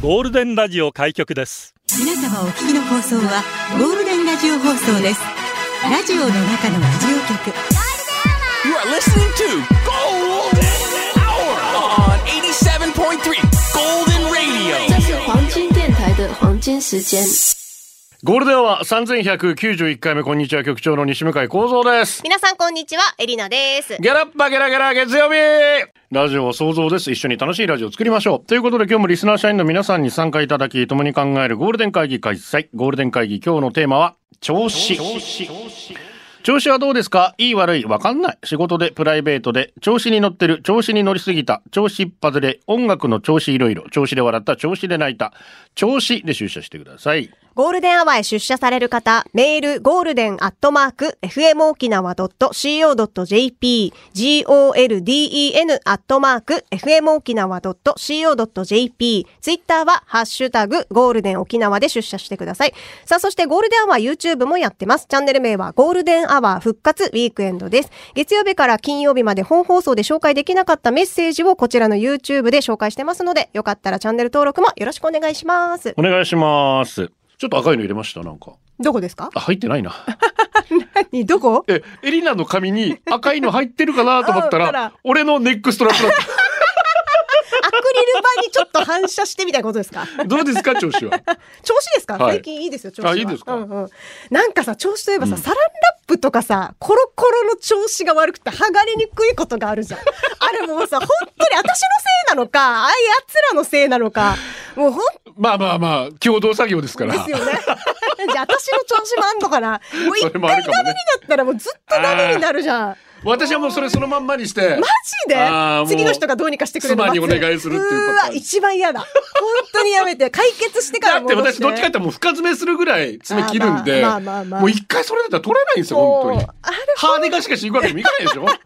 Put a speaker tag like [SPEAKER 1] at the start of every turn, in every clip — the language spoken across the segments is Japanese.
[SPEAKER 1] ゴールデンラジオ開局です
[SPEAKER 2] 皆様お聞きの放送はゴールデンラジオ放送ですラジオの中のラジオ局
[SPEAKER 3] You are listening to Golden Hour on 87.3 Golden Radio.
[SPEAKER 4] 这是黄金电台的黄金时间。
[SPEAKER 5] ゴールデンは三千百九十一回目こんにちは局長の西向井光三です。
[SPEAKER 6] 皆さんこんにちはエリナです
[SPEAKER 5] ゲラッパゲラゲラ月曜日。ラジオは想像です。一緒に楽しいラジオを作りましょう。ということで今日もリスナー社員の皆さんに参加いただき共に考えるゴールデン会議開催。ゴールデン会議今日のテーマは調子。調子はどうですかいい悪いわかんない。仕事でプライベートで調子に乗ってる、調子に乗りすぎた、調子一発で音楽の調子いろいろ、調子で笑った、調子で泣いた、調子で出社してください。
[SPEAKER 6] ゴールデンアワーへ出社される方メールゴールデンアットマーク FM 沖縄 .co.jp golden アットマーク FM 沖縄 .co.jp ツイッターはハッシュタグゴールデン沖縄で出社してくださいさあそしてゴールデンアワー YouTube もやってますチャンネル名はゴールデンアワー復活ウィークエンドです月曜日から金曜日まで本放送で紹介できなかったメッセージをこちらの YouTube で紹介してますのでよかったらチャンネル登録もよろしくお願いします
[SPEAKER 5] お願いします。ちょっと赤いの入れました、なんか。
[SPEAKER 6] どこですか
[SPEAKER 5] あ、入ってないな。
[SPEAKER 6] 何どこ
[SPEAKER 5] え、エリナの髪に赤いの入ってるかなと思った
[SPEAKER 6] ああった
[SPEAKER 5] ら
[SPEAKER 6] ら、
[SPEAKER 5] 俺のネックストラップだっ
[SPEAKER 6] アクリル板にちょっと反射してみたいなことですか
[SPEAKER 5] た。どうですか、調子は。
[SPEAKER 6] 調子ですか、
[SPEAKER 5] はい
[SPEAKER 6] 最近いいですよ、調子は。
[SPEAKER 5] あいいですか
[SPEAKER 6] うんうん、なんかさ、調子といえばさ、サランラップとかさ、コロコロの調子が悪くて剥がれにくいことがある じゃん。あれもうさ、本当に私のせいなのか、あやつらのせいなのか、もう本
[SPEAKER 5] まあまあまあ、共同作業ですか
[SPEAKER 6] 当で
[SPEAKER 5] ら
[SPEAKER 6] す。よね。じゃあ私の調子もあんのかな。もう一
[SPEAKER 5] それもあ
[SPEAKER 6] 回
[SPEAKER 5] る
[SPEAKER 6] ダ
[SPEAKER 5] かもね
[SPEAKER 6] メになったらもうずっとダメになるじゃん。
[SPEAKER 5] 私はもうそれそのまんまにして
[SPEAKER 6] マ。ジで
[SPEAKER 5] あーもう
[SPEAKER 6] 次の人がどうにかしてくれる
[SPEAKER 5] 妻にお願いするっていうパ
[SPEAKER 6] う
[SPEAKER 5] ターン
[SPEAKER 6] わ一番嫌だ本当にやめて解決してか
[SPEAKER 5] だ
[SPEAKER 6] ら
[SPEAKER 5] って
[SPEAKER 6] 戻
[SPEAKER 5] 私どっちかって言ったらもう深爪するぐらい爪切るんで、
[SPEAKER 6] あーまあまあまあまあ
[SPEAKER 5] もう一回それだったら取れないんですよ、本当に
[SPEAKER 6] もうあれ。
[SPEAKER 5] 歯でガシガシいくわけにもいかないでしょ
[SPEAKER 6] あでも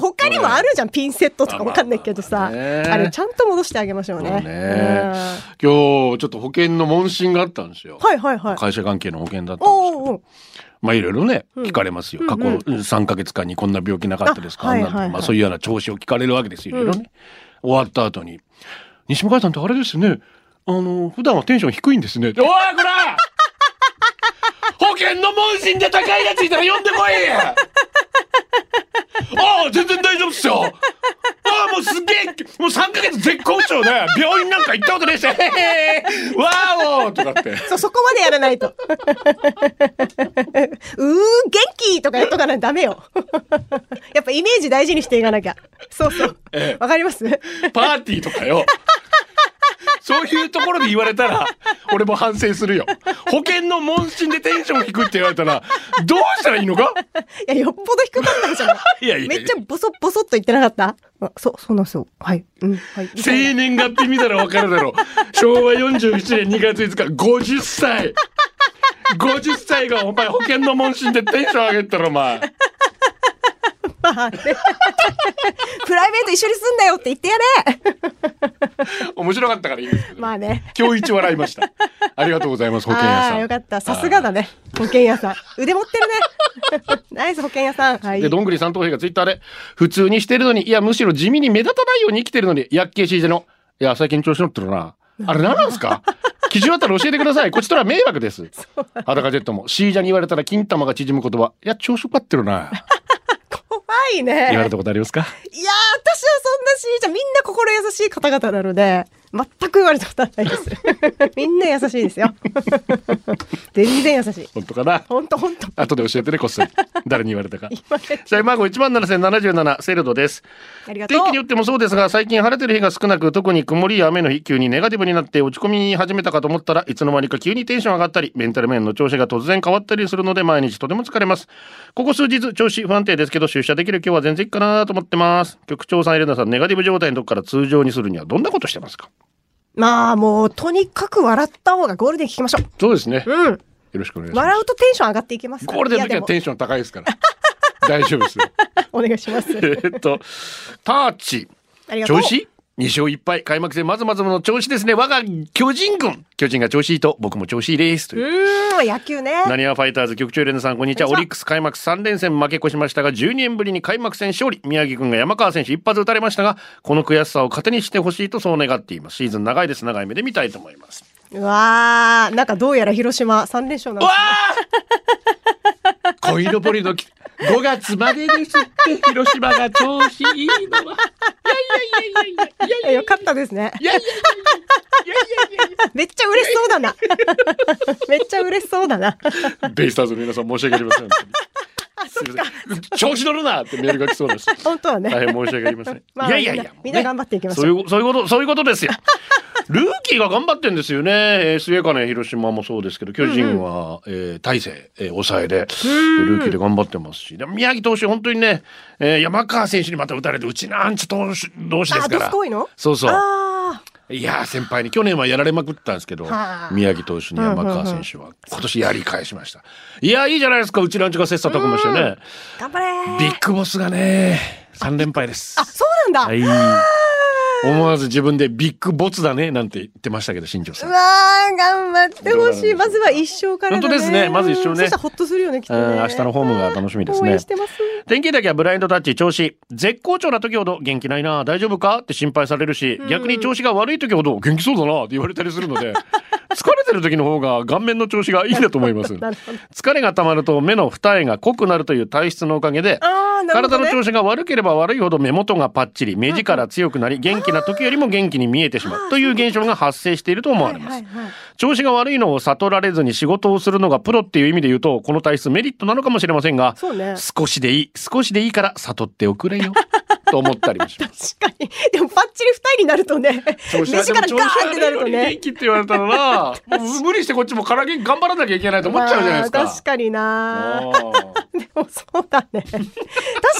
[SPEAKER 6] 他にもあるじゃんピンセットとかわかんないけど
[SPEAKER 5] ま
[SPEAKER 6] さ
[SPEAKER 5] あまあ
[SPEAKER 6] あ
[SPEAKER 5] まあね
[SPEAKER 6] れちゃんと戻してあげましょうね
[SPEAKER 5] そうね
[SPEAKER 6] うん
[SPEAKER 5] 今日ちょっと保険の問診があったんですよ。
[SPEAKER 6] はいはいはい
[SPEAKER 5] 会社関係の保険だったんですけど
[SPEAKER 6] おうおう
[SPEAKER 5] まあいろいろね、聞かれますよ。過去3ヶ月間にこんな病気なかったですか
[SPEAKER 6] あ
[SPEAKER 5] あんなの
[SPEAKER 6] はいはいはい
[SPEAKER 5] まあそういうような調子を聞かれるわけですよ。いろいろね。終わった後に、西向井さんってあれですね。あの、普段はテンション低いんですね。おい、こら 保険の問診で高いやついたら呼ん でこいああ、全然大丈夫っすよああ、もうすっげえ、もう3ヶ月絶好調で、病院なんか行ったことねえし、へへへわーおーとかって。
[SPEAKER 6] そうそこまでやらないと うー元気とかやっとかないとダメよ やっぱイメージ大事にしていかなきゃそうそう
[SPEAKER 5] ええ
[SPEAKER 6] わかります
[SPEAKER 5] パーティーとかよ。そういうところで言われたら、俺も反省するよ。保険の問診でテンション低いって言われたら、どうしたらいいのか
[SPEAKER 6] いや、よっぽど低かったんじゃない
[SPEAKER 5] いやいやいや
[SPEAKER 6] めっちゃボソボソっと言ってなかったあそう、そうなんですよ。はい。うん。 はい。
[SPEAKER 5] 青 年月日見たらわかるだろう。昭和47年2月5日、50歳。50歳がお前保険の問診でテンション上げてたろ、お前。
[SPEAKER 6] まあねプライベート一緒にすんなよって言ってや れ
[SPEAKER 5] 面白かったからいいんですけど。
[SPEAKER 6] まあね。
[SPEAKER 5] 今日一笑いました。ありがとうございます、保険屋
[SPEAKER 6] あ
[SPEAKER 5] さ
[SPEAKER 6] あ
[SPEAKER 5] ん。
[SPEAKER 6] ー、よかった。さすがだね。保険屋さん。腕持ってるね。 ナイス保険屋さん。はい。
[SPEAKER 5] で、どんぐりさんと平がツイッターで、普通にしてるのに、いや、むしろ地味に目立たないように生きてるのに、やっけーしーじの、いや、最近調子乗ってるな。あれ何なんですか基準あったら教えてください。こっちとら迷惑です。裸ジェットも、シージャに言われたら金玉が縮む言葉、いや、調子よかってるな。
[SPEAKER 6] 怖いね。
[SPEAKER 5] 言
[SPEAKER 6] いや
[SPEAKER 5] われ
[SPEAKER 6] ー、私は
[SPEAKER 5] たことありますか
[SPEAKER 6] そんなしーちゃん、みんな心優しい方々なので、全く言われたことはないです。 みんな優しいで すよ。全然優しい。
[SPEAKER 5] 本当かな
[SPEAKER 6] ほんとほんと。
[SPEAKER 5] 後で教えてね、こっそり。誰に言われたか。
[SPEAKER 6] 言われ
[SPEAKER 5] 試合番号17,077、セルドです。
[SPEAKER 6] ありがとう
[SPEAKER 5] 天気。によってもそうですが最近晴れてる日が少なく特に曇りや雨の日急にネガティブになって落ち込み始めたかと思ったらいつの間にか急にテンション上がったりメンタル面の調子が突然変わったりするので毎日とても疲れますここ数日調子不安定ですけど出社できる今日は全然いいかなと思ってます局長さんエレナさんネガティブ状態のとこから通常にするにはどんなことしてますか
[SPEAKER 6] まあもうとにかく笑った方がゴールデン聞きましょ
[SPEAKER 5] そうですね
[SPEAKER 6] う。
[SPEAKER 5] よ
[SPEAKER 6] うん。
[SPEAKER 5] ろしくお願いします
[SPEAKER 6] 笑うとテンション上がっていきますから。
[SPEAKER 5] ゴールデンの時
[SPEAKER 6] いや
[SPEAKER 5] はテンション高いですから 大丈夫ですよ
[SPEAKER 6] でもお願いします。
[SPEAKER 5] えっとターチ
[SPEAKER 6] ありがとう。
[SPEAKER 5] 調子2勝1敗、開幕戦まずまずの調子ですね。我が巨人軍。巨人が調子いいと、僕も調子いいです。という
[SPEAKER 6] うーん、野球ね。
[SPEAKER 5] なにわファイターズ局長連さんこんにちは
[SPEAKER 6] こんにちは
[SPEAKER 5] オリックス開幕3連戦負け越しましたが12年ぶりに開幕戦勝利宮城君が山川選手一発打たれましたがこの悔しさを糧にしてほしいとそう願っていますシーズン長いです長い目で見たいと思います
[SPEAKER 6] うわー、なんかどうやら広島3連勝な んです
[SPEAKER 5] 恋のぼりの5月までですって広島が調子いいのは
[SPEAKER 6] ね。よかったですね。 めっちゃ嬉しそうだな。 めっちゃ嬉しそうだな。
[SPEAKER 5] ベイスターズの皆さん申し訳ありません すいません調子乗るなってメールが来そうです
[SPEAKER 6] 本当はね。
[SPEAKER 5] 大変申し訳ありません。
[SPEAKER 6] まあ
[SPEAKER 5] いやいやいや、
[SPEAKER 6] みんなみんな
[SPEAKER 5] ね
[SPEAKER 6] 頑張っていきましょう
[SPEAKER 5] そういうそういうこと、そういうことですよ。 ルーキーが頑張ってんですよね。えー、末金広島もそうですけど、巨人は、えー大勢、えー抑えで、ルーキーで頑張ってますし、でも宮城投手本当にね、えー山川選手にまた打たれてうちなんち投手同士で
[SPEAKER 6] あ、
[SPEAKER 5] すか
[SPEAKER 6] ど
[SPEAKER 5] ら
[SPEAKER 6] す。こいの
[SPEAKER 5] そうそう。
[SPEAKER 6] あ
[SPEAKER 5] いやー先輩に去年はやられまくったんですけど
[SPEAKER 6] はあ、
[SPEAKER 5] 宮城投手に山川選手は今年やり返しました。いやーいいじゃないですか。うちなんちが切磋琢磨してね。
[SPEAKER 6] ー、頑張れー。
[SPEAKER 5] ビッグボスがね、3連敗です。
[SPEAKER 6] あ、そうなんだ。
[SPEAKER 5] はい。思わず自分でビッグボツだねなんて言ってましたけど、新庄さ。
[SPEAKER 6] うんわー、頑張ってほしい。まずは一勝からだね。
[SPEAKER 5] 本当ですねまず一勝ね
[SPEAKER 6] そしたらほっとするよね、きっと
[SPEAKER 5] うん
[SPEAKER 6] ね。
[SPEAKER 5] 明日のホームが楽しみですね
[SPEAKER 6] 応援してます。
[SPEAKER 5] 天気だけはブラインドタッチ調子絶好調な時ほど元気ないな大丈夫かって心配されるし、逆に調子が悪い時ほど元気そうだなって言われたりする ので疲れてる時の方が顔面の調子がいいんだと思います
[SPEAKER 6] なるほど
[SPEAKER 5] 疲れが溜まると目の二重が濃くなるという体質のおかげで
[SPEAKER 6] あー、なるほ
[SPEAKER 5] 体
[SPEAKER 6] ど、ね。
[SPEAKER 5] の調子が悪ければ悪いほど目元がパッチリ目力強くなり元気な時よりも元気に見えてしまうという現象が発生していると思われます
[SPEAKER 6] はいはいはい
[SPEAKER 5] 調子が悪いのを悟られずに仕事をするのがプロっていう意味で言うとこの体質メリットなのかもしれませんが、
[SPEAKER 6] そうね
[SPEAKER 5] 少しでいい少しでいいから悟っておくれ よと思ったりもします
[SPEAKER 6] 確かに。でも、パッチリ二重になるとね、目力ガーンってなるとね
[SPEAKER 5] 元。気って言われたらなもう無理してこっちもから元気頑張らなきゃいけないと思っちゃうじゃないですか。
[SPEAKER 6] まあ確かにな
[SPEAKER 5] あー
[SPEAKER 6] でもそうだね。確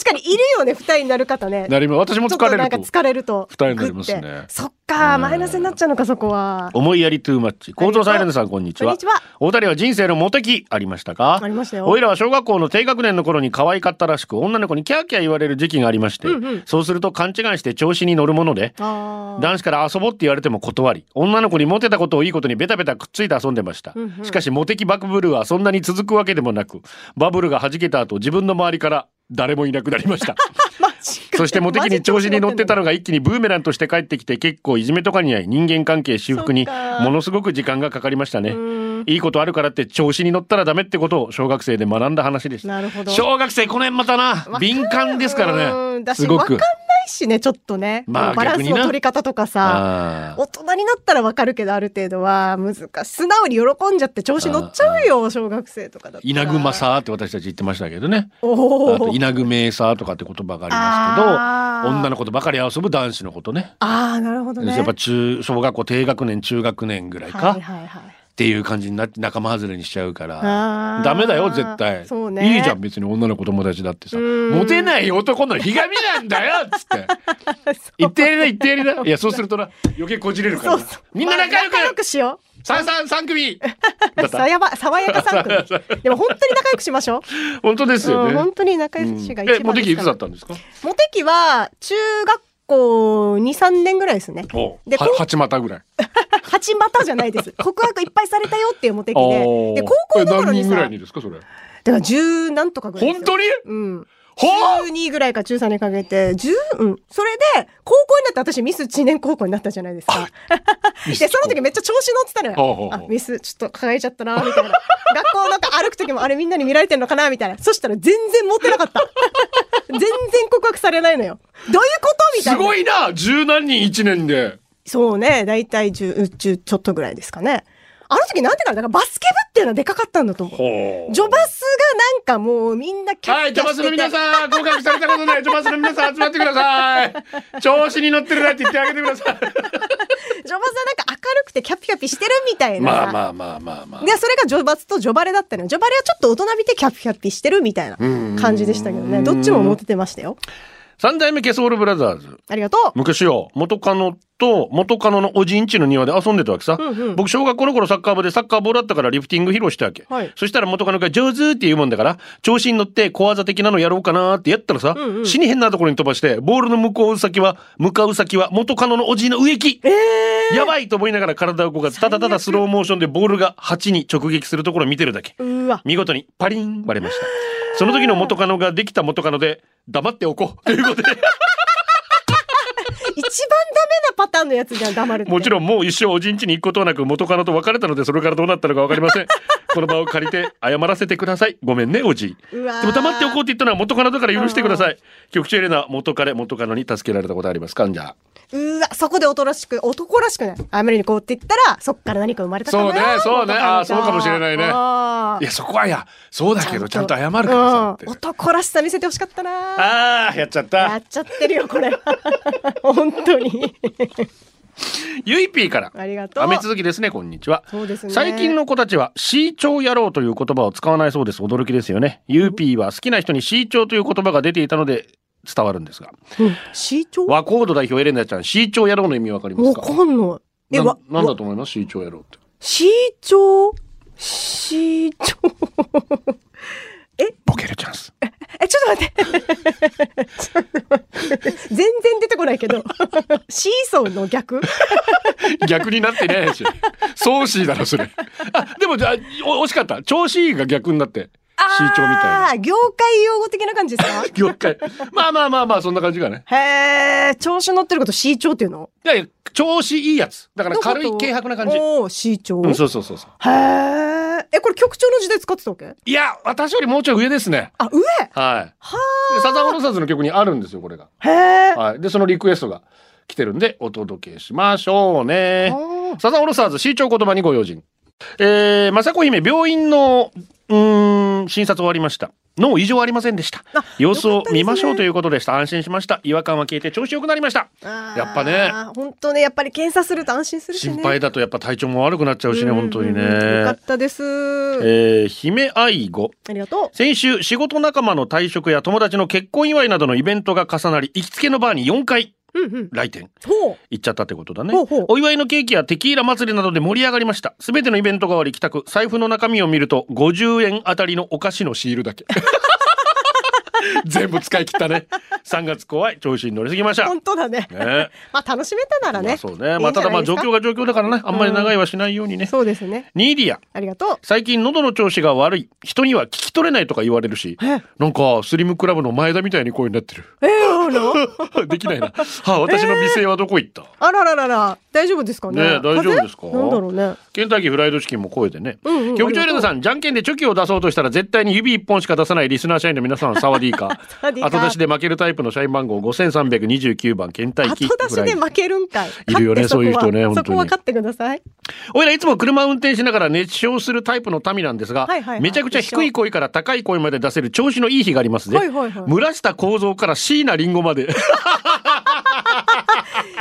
[SPEAKER 6] かにいるよね、二人になる方ね。
[SPEAKER 5] なります私も
[SPEAKER 6] ちょっ
[SPEAKER 5] 疲
[SPEAKER 6] と
[SPEAKER 5] れ
[SPEAKER 6] なん
[SPEAKER 5] る
[SPEAKER 6] か
[SPEAKER 5] と
[SPEAKER 6] 疲れると。
[SPEAKER 5] 二重になりますね
[SPEAKER 6] グッてそっか、マイナスになっちゃうのか、そこは。
[SPEAKER 5] 思いやりトゥーマッチ構造サイレンさんこんにちは
[SPEAKER 6] こんにちは
[SPEAKER 5] お二人は人生のモテ期ありましたか
[SPEAKER 6] ありましたよ
[SPEAKER 5] おいらは小学校の低学年の頃に可愛かったらしく女の子にキャーキャー言われる時期がありまして、そうすると勘違いして調子に乗るもので
[SPEAKER 6] あ
[SPEAKER 5] 男子から遊ぼうって言われても断り女の子にモテたことをいいことにベタベタくっついて遊んでました、しかしモテ期バブルはそんなに続くわけでもなくバブルが弾けた後自分の周りから誰もいなくなりました
[SPEAKER 6] ーマジか
[SPEAKER 5] そしてモテ期に調子に乗ってたのが一気にブーメランとして帰ってきて結構いじめとかにあい人間関係修復に
[SPEAKER 6] そっか
[SPEAKER 5] ものすごく時間がかかりましたねいいことあるからって調子に乗ったらダメってことを小学生で学んだ話でした
[SPEAKER 6] なるほど
[SPEAKER 5] 小学生この辺またな敏感ですから
[SPEAKER 6] うん
[SPEAKER 5] ね
[SPEAKER 6] だし
[SPEAKER 5] すご
[SPEAKER 6] わかん
[SPEAKER 5] く
[SPEAKER 6] ないしね、ちょっとね。
[SPEAKER 5] まあ
[SPEAKER 6] バラン
[SPEAKER 5] 逆
[SPEAKER 6] ス
[SPEAKER 5] に
[SPEAKER 6] の
[SPEAKER 5] な
[SPEAKER 6] 取り方とかさ。
[SPEAKER 5] あー
[SPEAKER 6] 大人になったらわかるけど、ある程度は難しい。素直に喜んじゃって調子乗っちゃうよ、小学生とかだったら。
[SPEAKER 5] 稲熊さーって私たち言ってましたけどね
[SPEAKER 6] お
[SPEAKER 5] あと
[SPEAKER 6] お。
[SPEAKER 5] 稲熊さーとかって言葉がありますけ
[SPEAKER 6] あー
[SPEAKER 5] ど女の子とばかり遊ぶ男子のことね
[SPEAKER 6] ああ、なるほどね。
[SPEAKER 5] やっぱ中小学校低学年中学年ぐらいか、
[SPEAKER 6] はいはいはい。
[SPEAKER 5] っていう感じになって仲間外れにしちゃうから
[SPEAKER 6] あー
[SPEAKER 5] ダメだよ絶対
[SPEAKER 6] そうね
[SPEAKER 5] いいじゃん別に女の子友達だってさ
[SPEAKER 6] うん
[SPEAKER 5] モテない男のひがみなんだよっつって 言ってやりな言ってやりないやそうするとな余計こじれるから
[SPEAKER 6] そう
[SPEAKER 5] な
[SPEAKER 6] そう。
[SPEAKER 5] みんな仲良く
[SPEAKER 6] まあ仲良くしよ
[SPEAKER 5] 三三三組だ
[SPEAKER 6] う。
[SPEAKER 5] っ
[SPEAKER 6] さ
[SPEAKER 5] た
[SPEAKER 6] やば、爽やかさんくん。でも本当に仲良くしましょう。
[SPEAKER 5] 本当ですよ
[SPEAKER 6] うん、
[SPEAKER 5] ね
[SPEAKER 6] 本当に仲良しが一番です
[SPEAKER 5] えモテ期いつだったんですか
[SPEAKER 6] モテ期は中学校2、3年ぐらいですね。
[SPEAKER 5] お
[SPEAKER 6] で
[SPEAKER 5] は
[SPEAKER 6] こう
[SPEAKER 5] 八股ぐらい
[SPEAKER 6] 八股じゃな いです。告白いっぱいされたよっていうモテ期
[SPEAKER 5] お
[SPEAKER 6] で。
[SPEAKER 5] ー
[SPEAKER 6] で、高校の
[SPEAKER 5] え
[SPEAKER 6] 頃
[SPEAKER 5] 何
[SPEAKER 6] に
[SPEAKER 5] 人ぐら
[SPEAKER 6] さ、
[SPEAKER 5] いにですかそれ
[SPEAKER 6] だから10何とかぐらいです
[SPEAKER 5] 本
[SPEAKER 6] よ。
[SPEAKER 5] 当に
[SPEAKER 6] うん。
[SPEAKER 5] ほう
[SPEAKER 6] 12ぐらいから13にかけて、10、うん。それで、高校になって私ミス知念高校になったじゃないです か。
[SPEAKER 5] ミス
[SPEAKER 6] で、その時めっちゃ調子乗ってたの
[SPEAKER 5] ほうほう
[SPEAKER 6] よ。
[SPEAKER 5] ほう
[SPEAKER 6] あ、ミス、ちょっと輝いちゃったな、みたいな。 学校なんか歩く時も、あれみんなに見られてんのかな、みたいな。そしたら全然モテなかった。 全然告白されないのよ。どういうことみたい
[SPEAKER 5] す
[SPEAKER 6] な。
[SPEAKER 5] ごいな十何人一年で
[SPEAKER 6] そうね、だいたい10、10ちょっとぐらいですかね。あの時なんてかな、だからバスケ部っていうのはでかかったんだと思う。
[SPEAKER 5] ほう
[SPEAKER 6] ジョバスがなんかもうみんなキャ
[SPEAKER 5] はい、
[SPEAKER 6] ッキ
[SPEAKER 5] ジョ
[SPEAKER 6] ャ
[SPEAKER 5] バ
[SPEAKER 6] し
[SPEAKER 5] ス
[SPEAKER 6] て
[SPEAKER 5] の
[SPEAKER 6] て
[SPEAKER 5] 皆さん、合格されたことないジョバスの皆さん集まってください。調子に乗ってるなって言ってあげてください。
[SPEAKER 6] ジョバスはなんか明るくてキャピキャピしてるみたいな。
[SPEAKER 5] まあまあまあまあまあ。
[SPEAKER 6] で、それがジョバスとジョバレだったのよ。ジョバレはちょっと大人びてキャピキャピしてるみたいな感じでしたけどね。どっちもモテてましたよ。
[SPEAKER 5] 三代目ケソールブラザーズ。
[SPEAKER 6] ありがとう。
[SPEAKER 5] 昔よ、元カノと元カノのおじんちの庭で遊んでたわけさ。
[SPEAKER 6] うんうん
[SPEAKER 5] 僕、小学校の頃サッカー部でサッカーボールあったからリフティング披露したわけ。
[SPEAKER 6] はい
[SPEAKER 5] そしたら元カノが上手って言うもんだから、調子に乗って小技的なのやろうかなってやったらさ、
[SPEAKER 6] うんうん
[SPEAKER 5] 死に変なところに飛ばして、ボールの向こう先は、向かう先は元カノのおじいの植木。やばいと思いながら体を動かす。ただただスローモーションでボールが鉢に直撃するところを見てるだけ。
[SPEAKER 6] うわ。
[SPEAKER 5] 見事にパリン割れました。その時の元カノができた元カノで、黙っておこう。ということで。
[SPEAKER 6] 一番ダメなパターンのやつじゃん、黙るって。
[SPEAKER 5] もちろんもう一生おじんちに行くことはなく元カノと別れたのでそれからどうなったのかわかり ません。この場を借りて謝らせてください。ごめんね、おじい。
[SPEAKER 6] うわー
[SPEAKER 5] でも黙っておこうって言ったのは元カノだから許してください。局長エレナ、元彼、元カノに助けられたことありますかじゃあ。
[SPEAKER 6] うわ、そこで男らしく、男らしくない。あまりにこうって言ったら、そっから何か生まれたかも
[SPEAKER 5] そ
[SPEAKER 6] な
[SPEAKER 5] うねそうね
[SPEAKER 6] 男の
[SPEAKER 5] あーそうかもしれないね
[SPEAKER 6] あー
[SPEAKER 5] いや、そこは、いや、そうだけど、ちゃんと謝るからさ。って
[SPEAKER 6] うん男らしさ見せてほしかったな
[SPEAKER 5] あー、やっちゃっ
[SPEAKER 6] や
[SPEAKER 5] た
[SPEAKER 6] っ。ちゃってるよ、これ。 本当に。
[SPEAKER 5] ゆいぴーから。
[SPEAKER 6] ありがとう。
[SPEAKER 5] 雨続きですね、こんにちは。
[SPEAKER 6] そうですね
[SPEAKER 5] 最近の子たちは、シーチョー野郎という言葉を使わないそうです。驚きですよね。ゆいぴーは好きな人にシーチョーという言葉が出ていたので伝わるんですが。
[SPEAKER 6] 市長わ
[SPEAKER 5] 和コード代表エレナちゃん、シーチョー野郎の意味わかりますか
[SPEAKER 6] かんない。え、
[SPEAKER 5] な
[SPEAKER 6] わ、
[SPEAKER 5] なんだと思いますシーチョー野郎って。
[SPEAKER 6] 市長市長
[SPEAKER 5] ボケるチャンス。
[SPEAKER 6] え、ちょっと待って。 ちょっと待って全然出てこないけど。 シーソーの逆
[SPEAKER 5] 逆になってねえし。ソーシーだろ、それ。あ、でもじゃあ、お惜しかった。調子いいが逆になって、シーチョーみたいな。
[SPEAKER 6] あー業界用語的な感 じですか
[SPEAKER 5] 業界。まあまあまあまあ、そんな感じがね。
[SPEAKER 6] へえ、調子乗ってること、市長っていうの
[SPEAKER 5] いやいや、調子いいやつ。だから軽い
[SPEAKER 6] のこと
[SPEAKER 5] 軽薄な感じ。
[SPEAKER 6] おー、市長。
[SPEAKER 5] うん、
[SPEAKER 6] へ
[SPEAKER 5] そうそうそうそう。
[SPEAKER 6] え、え、これ局長の時代使ってたわけ
[SPEAKER 5] いや、私よりもうちょい上ですね。
[SPEAKER 6] あ、上
[SPEAKER 5] はい。でサザンオールスターズの曲にあるんですよ、これが。
[SPEAKER 6] へえ。
[SPEAKER 5] はい。で、そのリクエストが来てるんで、お届けしましょうね。サザンオールスターズ、シーチョー言葉にご用心。えー、雅子姫、病院の、うーん、診察終わりました。脳異常ありませんでした。様子を見ましょうということでした。安心しました。違和感は消えて調子良くなりました。やっぱね。
[SPEAKER 6] 本当ね、やっぱり検査すると安心するしね。
[SPEAKER 5] 心配だとやっぱ体調も悪くなっちゃうしね、本当にね。
[SPEAKER 6] うんうんうんよかったです。あ
[SPEAKER 5] えー、姫愛語。
[SPEAKER 6] りがと
[SPEAKER 5] 先週、仕事仲間の退職や友達の結婚祝いなどのイベントが重なり、行きつけのバーに4回
[SPEAKER 6] う。うんうん。
[SPEAKER 5] 来店。
[SPEAKER 6] ほう。
[SPEAKER 5] 行っちゃったってことだね
[SPEAKER 6] ほうほう
[SPEAKER 5] お祝いのケーキやテキーラ祭りなどで盛り上がりましたすべてのイベントが終わり帰宅財布の中身を見ると50円あたりのお菓子のシール だけ全部使い切ったね3月怖い調子に乗りすぎました
[SPEAKER 6] 本当だね。
[SPEAKER 5] ね
[SPEAKER 6] まあ楽しめたなら
[SPEAKER 5] まあ
[SPEAKER 6] ね。
[SPEAKER 5] そうねまあただまあ状況が
[SPEAKER 6] が。
[SPEAKER 5] 状況だからねあんまり長いはしないようにね
[SPEAKER 6] そうですね。
[SPEAKER 5] ニーディア
[SPEAKER 6] ありがと
[SPEAKER 5] 最近喉の調子が悪い人には聞き取れないとか言われるしなんかスリムクラブの前田みたいに声になってる
[SPEAKER 6] う。えー、あ ら
[SPEAKER 5] できないな、はあ、私の美声はどこ行った、
[SPEAKER 6] あらららら、大丈夫ですかね。
[SPEAKER 5] ねえ大丈夫ですか
[SPEAKER 6] 風邪なんだろうね。
[SPEAKER 5] ケンタッキーフライドチキンも声でね。
[SPEAKER 6] うんうん
[SPEAKER 5] 局長エレナさん、じゃんけんでチョキを出そうとしたら絶対に指一本しか出さないリスナー社員の皆さん、サワディー カ
[SPEAKER 6] サワディ
[SPEAKER 5] ー。
[SPEAKER 6] ーカ
[SPEAKER 5] 後出しで負けるタイプの社員番号5329番、ケンタッキー
[SPEAKER 6] 後
[SPEAKER 5] フ
[SPEAKER 6] 出し
[SPEAKER 5] ライ
[SPEAKER 6] で
[SPEAKER 5] ド。
[SPEAKER 6] 負けるんかい。
[SPEAKER 5] いるよねそう
[SPEAKER 6] 勝ってこは
[SPEAKER 5] いう人ね本当に
[SPEAKER 6] そこは勝ってください。
[SPEAKER 5] おいらいつも車運転しながら熱唱するタイプの民なんですが、
[SPEAKER 6] はいはいはい
[SPEAKER 5] めちゃくちゃ低い声から高い声まで出せる調子のいい日がありますね。
[SPEAKER 6] はいはいはい
[SPEAKER 5] 村下幸三から椎名林檎まで。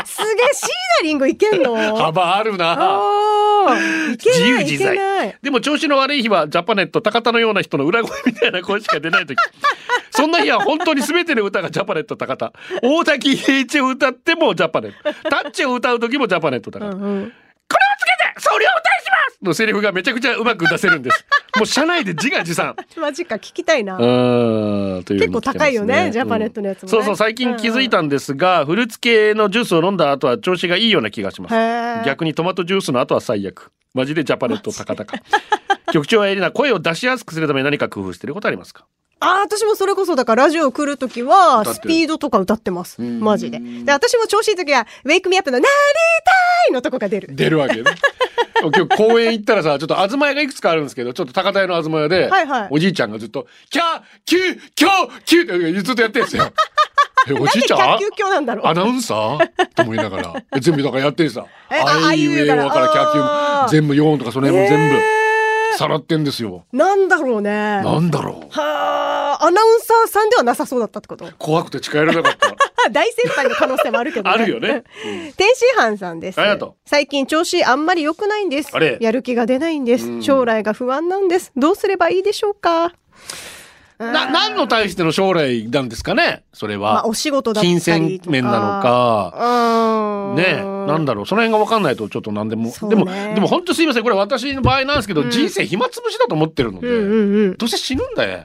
[SPEAKER 6] すげえ、シーナリングいけんの
[SPEAKER 5] 幅あるな
[SPEAKER 6] あーいけ
[SPEAKER 5] 自由
[SPEAKER 6] ない、い
[SPEAKER 5] 自
[SPEAKER 6] けな
[SPEAKER 5] 在
[SPEAKER 6] い。。
[SPEAKER 5] でも調子の悪い日はジャパネット高田のような人の裏声みたいな声しか出ない 時そんな日は本当に全ての歌がジャパネット高田大滝平一を歌ってもジャパネットタッチを歌う時もジャパネット高田、これをつけてそれを歌いしますのセリフがめちゃくちゃうまく出せるんですもう社内で自画自 賛
[SPEAKER 6] マジか、聞きたいな。
[SPEAKER 5] うんという
[SPEAKER 6] 結構高いよねジャパネットのやつもね
[SPEAKER 5] そうそう最近気づいたんですが、フルーツ系のジュースを飲んだ後は調子がいいような気がします
[SPEAKER 6] へえ
[SPEAKER 5] 逆にトマトジュースの後は最悪マジでジャパネット高 々局長はエリナ声を出しやすくするために何か工夫してることありますか
[SPEAKER 6] ああ、私もそれこそ、だからラジオ来るときは、
[SPEAKER 5] 歌っ
[SPEAKER 6] ス
[SPEAKER 5] てる
[SPEAKER 6] ピードとか歌ってます。マジで。で、私も調子いいときは、ウェイクミアップのなりたいのとこが出る。
[SPEAKER 5] 出るわ けね今日公園行ったらさちょっと東屋がいくつかあるんですけどちょっと高田屋の東屋で、
[SPEAKER 6] はいはい
[SPEAKER 5] おじいちゃんがずっと「キャーキューキョーキュー」ってずっとやってるんです よ。えおじいちゃん
[SPEAKER 6] なんで脚球鏡なんだろう
[SPEAKER 5] アナウンサーと思いながら え全部だからやってるさ「
[SPEAKER 6] えあ
[SPEAKER 5] あ
[SPEAKER 6] あ
[SPEAKER 5] いう
[SPEAKER 6] いう
[SPEAKER 5] え
[SPEAKER 6] えお
[SPEAKER 5] お」から「キャーキュー
[SPEAKER 6] あ
[SPEAKER 5] も
[SPEAKER 6] ー
[SPEAKER 5] 全部「4」とかその辺も全部
[SPEAKER 6] え
[SPEAKER 5] さらってんですよ。
[SPEAKER 6] ーなんだろうね。
[SPEAKER 5] なんだろう
[SPEAKER 6] はあ、アナウンサーさんではなさそうだったってこと。は
[SPEAKER 5] 怖くて近寄れなかった。
[SPEAKER 6] あ大先輩の可能性 もあるけど、ね。
[SPEAKER 5] あるよね。
[SPEAKER 6] 天津飯さんです。
[SPEAKER 5] ありがとう
[SPEAKER 6] 最近調子あんまり良くないんです
[SPEAKER 5] あれ。
[SPEAKER 6] やる気が出ないんです。将来が不安なんです。どうすればいいでしょうか
[SPEAKER 5] な、何の対しての将来なんですかねそれは。
[SPEAKER 6] まあ、お仕事だったり
[SPEAKER 5] 金
[SPEAKER 6] と
[SPEAKER 5] 銭
[SPEAKER 6] か。
[SPEAKER 5] 面なの
[SPEAKER 6] う
[SPEAKER 5] か。
[SPEAKER 6] ーん。
[SPEAKER 5] ねなんだろう。その辺が分かんないとちょっと何でも。
[SPEAKER 6] そう
[SPEAKER 5] で
[SPEAKER 6] ね
[SPEAKER 5] も、でも本当すいません。これ私の場合なんですけど、
[SPEAKER 6] うん
[SPEAKER 5] 人生暇つぶしだと思ってるので、
[SPEAKER 6] うんうんうん。
[SPEAKER 5] どうせ死ぬんだよ。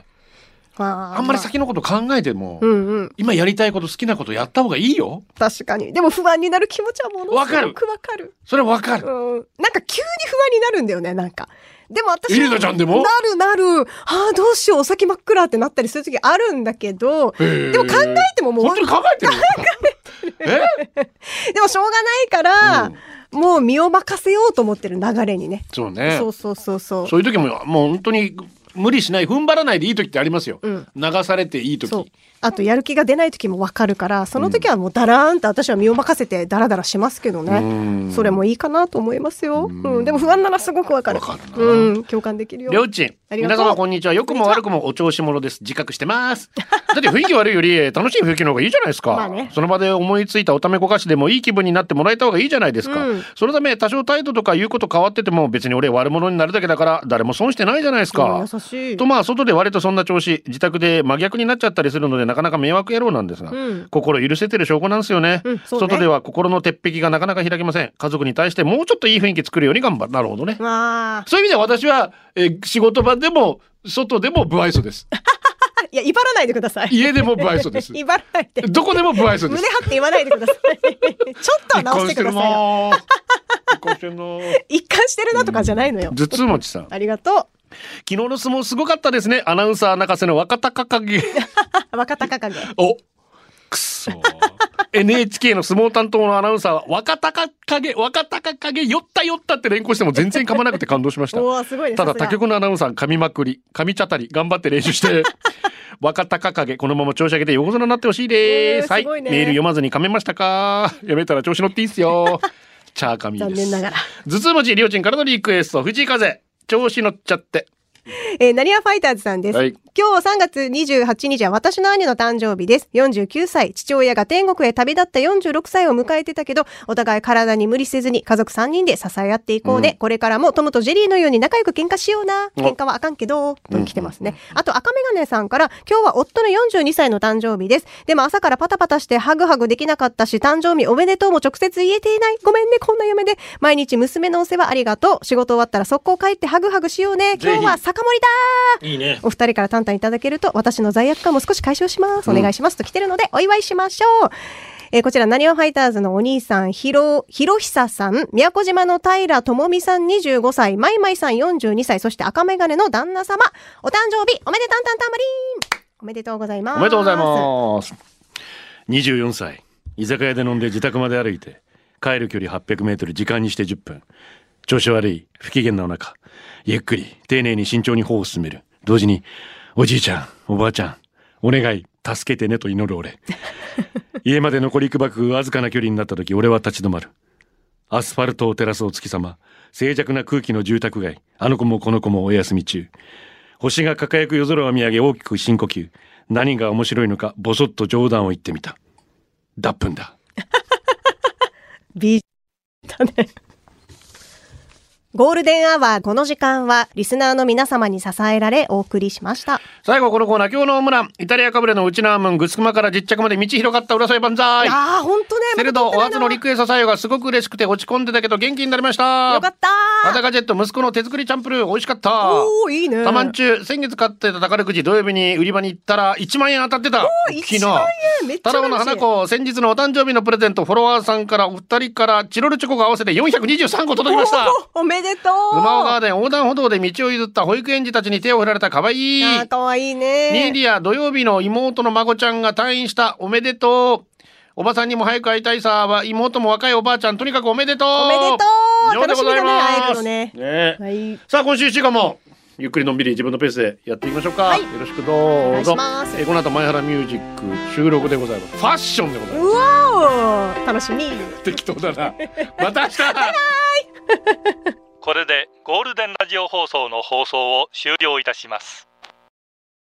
[SPEAKER 6] あー
[SPEAKER 5] あんまり先のこと考えても、
[SPEAKER 6] まあうんうん。
[SPEAKER 5] 今やりたいこと好きなことやった方がいいよ。
[SPEAKER 6] 確かに。でも不安になる気持ちはもの
[SPEAKER 5] わ
[SPEAKER 6] す
[SPEAKER 5] かる
[SPEAKER 6] ごくわかる。
[SPEAKER 5] それ分か
[SPEAKER 6] う
[SPEAKER 5] る。
[SPEAKER 6] ん。なんか急に不安になるんだよね、なんか。でも私は。
[SPEAKER 5] イリナちゃんでも
[SPEAKER 6] なるなる。ああ、どうしよう、お先真っ暗ってなったりする時あるんだけど、
[SPEAKER 5] で
[SPEAKER 6] でも考えてももうわ
[SPEAKER 5] 本当に考えてるえ
[SPEAKER 6] でもしょうがないから、もう身を任せようと思ってる流れにね。
[SPEAKER 5] そうね。
[SPEAKER 6] そうそうそうそう。
[SPEAKER 5] そういう時も、もう本当に無理しない、踏ん張らないでいい時ってありますよ。
[SPEAKER 6] うん
[SPEAKER 5] 流されていい時。
[SPEAKER 6] そう。あと、やる気が出ない時もわかるから、その時はもうだらーんと私は身を任せてだらだらしますけど
[SPEAKER 5] う
[SPEAKER 6] ね
[SPEAKER 5] ん。
[SPEAKER 6] それもいいかなと思いますよ。うん。でも不安ならすごくわかる。
[SPEAKER 5] わかるな
[SPEAKER 6] うん。共感できるよ。
[SPEAKER 5] りょうちん。
[SPEAKER 6] ありが
[SPEAKER 5] 皆
[SPEAKER 6] とう
[SPEAKER 5] 様こんにちは。良くも悪くもお調子者です。自覚してます。だって雰囲気悪いよりえー楽しい雰囲気の方がいいじゃないですか。
[SPEAKER 6] まあね
[SPEAKER 5] その場で思いついたおためこかしでもいい気分になってもらえた方がいいじゃないですか。
[SPEAKER 6] うん
[SPEAKER 5] そのため多少態度とか言うこと変わってても別に俺悪者になるだけだから誰も損してないじゃないです
[SPEAKER 6] うん
[SPEAKER 5] か。
[SPEAKER 6] 優しい
[SPEAKER 5] と。まあ外で割とそんな調子自宅で真逆になっちゃったりするのでなかなか迷惑野郎なんですが、
[SPEAKER 6] うん
[SPEAKER 5] 心許せてる証拠なんですよね,、
[SPEAKER 6] うんそうね
[SPEAKER 5] 外では心の鉄壁がなかなか開けません家族に対してもうちょっといい雰囲気作るように頑張るなるほどね、
[SPEAKER 6] わあ。
[SPEAKER 5] そういう意味では私は、えー仕事場でも外でも不愛想です
[SPEAKER 6] いや、威張らないでください。
[SPEAKER 5] 家でも不愛想 です
[SPEAKER 6] 威張らないで。
[SPEAKER 5] どこでも不愛想で
[SPEAKER 6] 胸
[SPEAKER 5] す
[SPEAKER 6] 張って言わないでください。ちょっとは直してくださいよ。
[SPEAKER 5] な結婚してるな
[SPEAKER 6] 一貫してるなとかじゃないのよ。
[SPEAKER 5] 頭痛持ちさん
[SPEAKER 6] ありがと
[SPEAKER 5] 昨日の相撲すごかったですねアナウンサー泣かせの若隆 景
[SPEAKER 6] う。若隆景。
[SPEAKER 5] おくそ NHK の相撲担当のアナウンサーは若隆景若隆景よったよったって連行しても全然噛まなくて感動しま した
[SPEAKER 6] おお、すごいね。
[SPEAKER 5] ただ
[SPEAKER 6] さすが
[SPEAKER 5] 他局のアナウンサー噛みまくり噛みちゃったり頑張って練習して 若隆景このまま調子上げて横綱になってほしいです,、
[SPEAKER 6] えーすごいね
[SPEAKER 5] はいメール読まずに噛めましたかやめたら調子乗っていいっすよチャーカミー
[SPEAKER 6] 残
[SPEAKER 5] です
[SPEAKER 6] 念ながら。
[SPEAKER 5] 頭痛持ちりょうちんからのリクエスト藤井風調子乗っちゃって
[SPEAKER 6] えー、ナリアファイターズさんです。
[SPEAKER 5] はい
[SPEAKER 6] 今日3月28日は私の兄の誕生日です。49歳。父親が天国へ旅立った46歳を迎えてたけど、お互い体に無理せずに家族3人で支え合っていこうね。これからもトムとジェリーのように仲良く喧嘩しような。喧嘩はあかんけど、と来てますね。あと赤メガネさんから、今日は夫の42歳の誕生日です。でも朝からパタパタしてハグハグできなかったし、誕生日おめでとうも直接言えていない。ごめんね、こんな嫁で。毎日娘のお世話ありがとう。仕事終わったら速攻帰ってハグハグしようね。今日は酒盛りだ
[SPEAKER 1] いいね
[SPEAKER 6] お二人から担々いただけると、私の罪悪感も少し解消します。お願いします。と来てるので、お祝いしましょう。えーこちら、なにわファイターズのお兄さん、ひろ、ひろひささん、宮古島の平智美さん25歳、まいまいさん42歳、そして赤メガネの旦那様、お誕生日、おめでたんたんたんまりーんおめでとうございます。
[SPEAKER 5] おめでとうございます。24歳。居酒屋で飲んで自宅まで歩いて、帰る距離800メートル、時間にして10分。調子悪い、不機嫌なお腹。ゆっくり、丁寧に慎重に歩を進める。同時に、おじいちゃん、おばあちゃん、お願い、助けてねと祈る 俺。家まで残りくばくわずかな距離になった時、俺は立ち止まる。アスファルトを照らすお月様、静寂な空気の住宅街、あの子もこの子もお休み中。星が輝く夜空を見上げ大きく深呼吸。何が面白いのか、ぼそっと冗談を言ってみた。脱粉だ。
[SPEAKER 6] ビだね。ゴールデンアワー、この時間は、リスナーの皆様に支えられ、お送りしました。
[SPEAKER 5] 最後、このコーナー、今日のホームラン。イタリアかぶれのウチナームン、グスクマから実着まで道広がった浦添万歳。
[SPEAKER 6] ああ、ほんとね。
[SPEAKER 5] セルド、お初のリクエスト採用がすごく嬉しくて落ち込んでたけど元気になりました。
[SPEAKER 6] よかった
[SPEAKER 5] またガジェット、息子の手作りチャンプルー、美味しかった。
[SPEAKER 6] おーいいね
[SPEAKER 5] たまん中、先月買ってた宝くじ、土曜日に売り場に行ったら1万円当たってた。
[SPEAKER 6] おー
[SPEAKER 5] 昨日
[SPEAKER 6] 1万円めっちゃ
[SPEAKER 5] 太
[SPEAKER 6] 嬉しい
[SPEAKER 5] 郎の花子、先日のお誕生日のプレゼント、フォロワーさんからお二人からチロルチョコが合わせて423個届きました。
[SPEAKER 6] おおめでとう
[SPEAKER 5] 沼尾ガーデン横断歩道で道を譲った保育園児たちに手を振られたかわいい。
[SPEAKER 6] あーかわいい
[SPEAKER 5] ニー
[SPEAKER 6] ね。
[SPEAKER 5] リア、土曜日の妹の孫ちゃんが退院した。おめでとう。おばさんにも早く会いたいさは妹も若いおばあちゃんとにかくおめでとう
[SPEAKER 6] おめでとう
[SPEAKER 5] 以上でございます
[SPEAKER 6] 楽しみだね会えるのね
[SPEAKER 5] ね
[SPEAKER 6] はい。
[SPEAKER 5] さあ今週一週間もゆっくりのんびり自分のペースでやっていきましょうか、
[SPEAKER 6] はい
[SPEAKER 5] よろしくどうぞ
[SPEAKER 6] お願いします
[SPEAKER 5] えーこの後前原ミュージック収録でございますファッションでございうま
[SPEAKER 6] わお楽しみ。
[SPEAKER 5] す適当だなまた明日
[SPEAKER 1] これでゴールデンラジオ放送の放送を終了いたします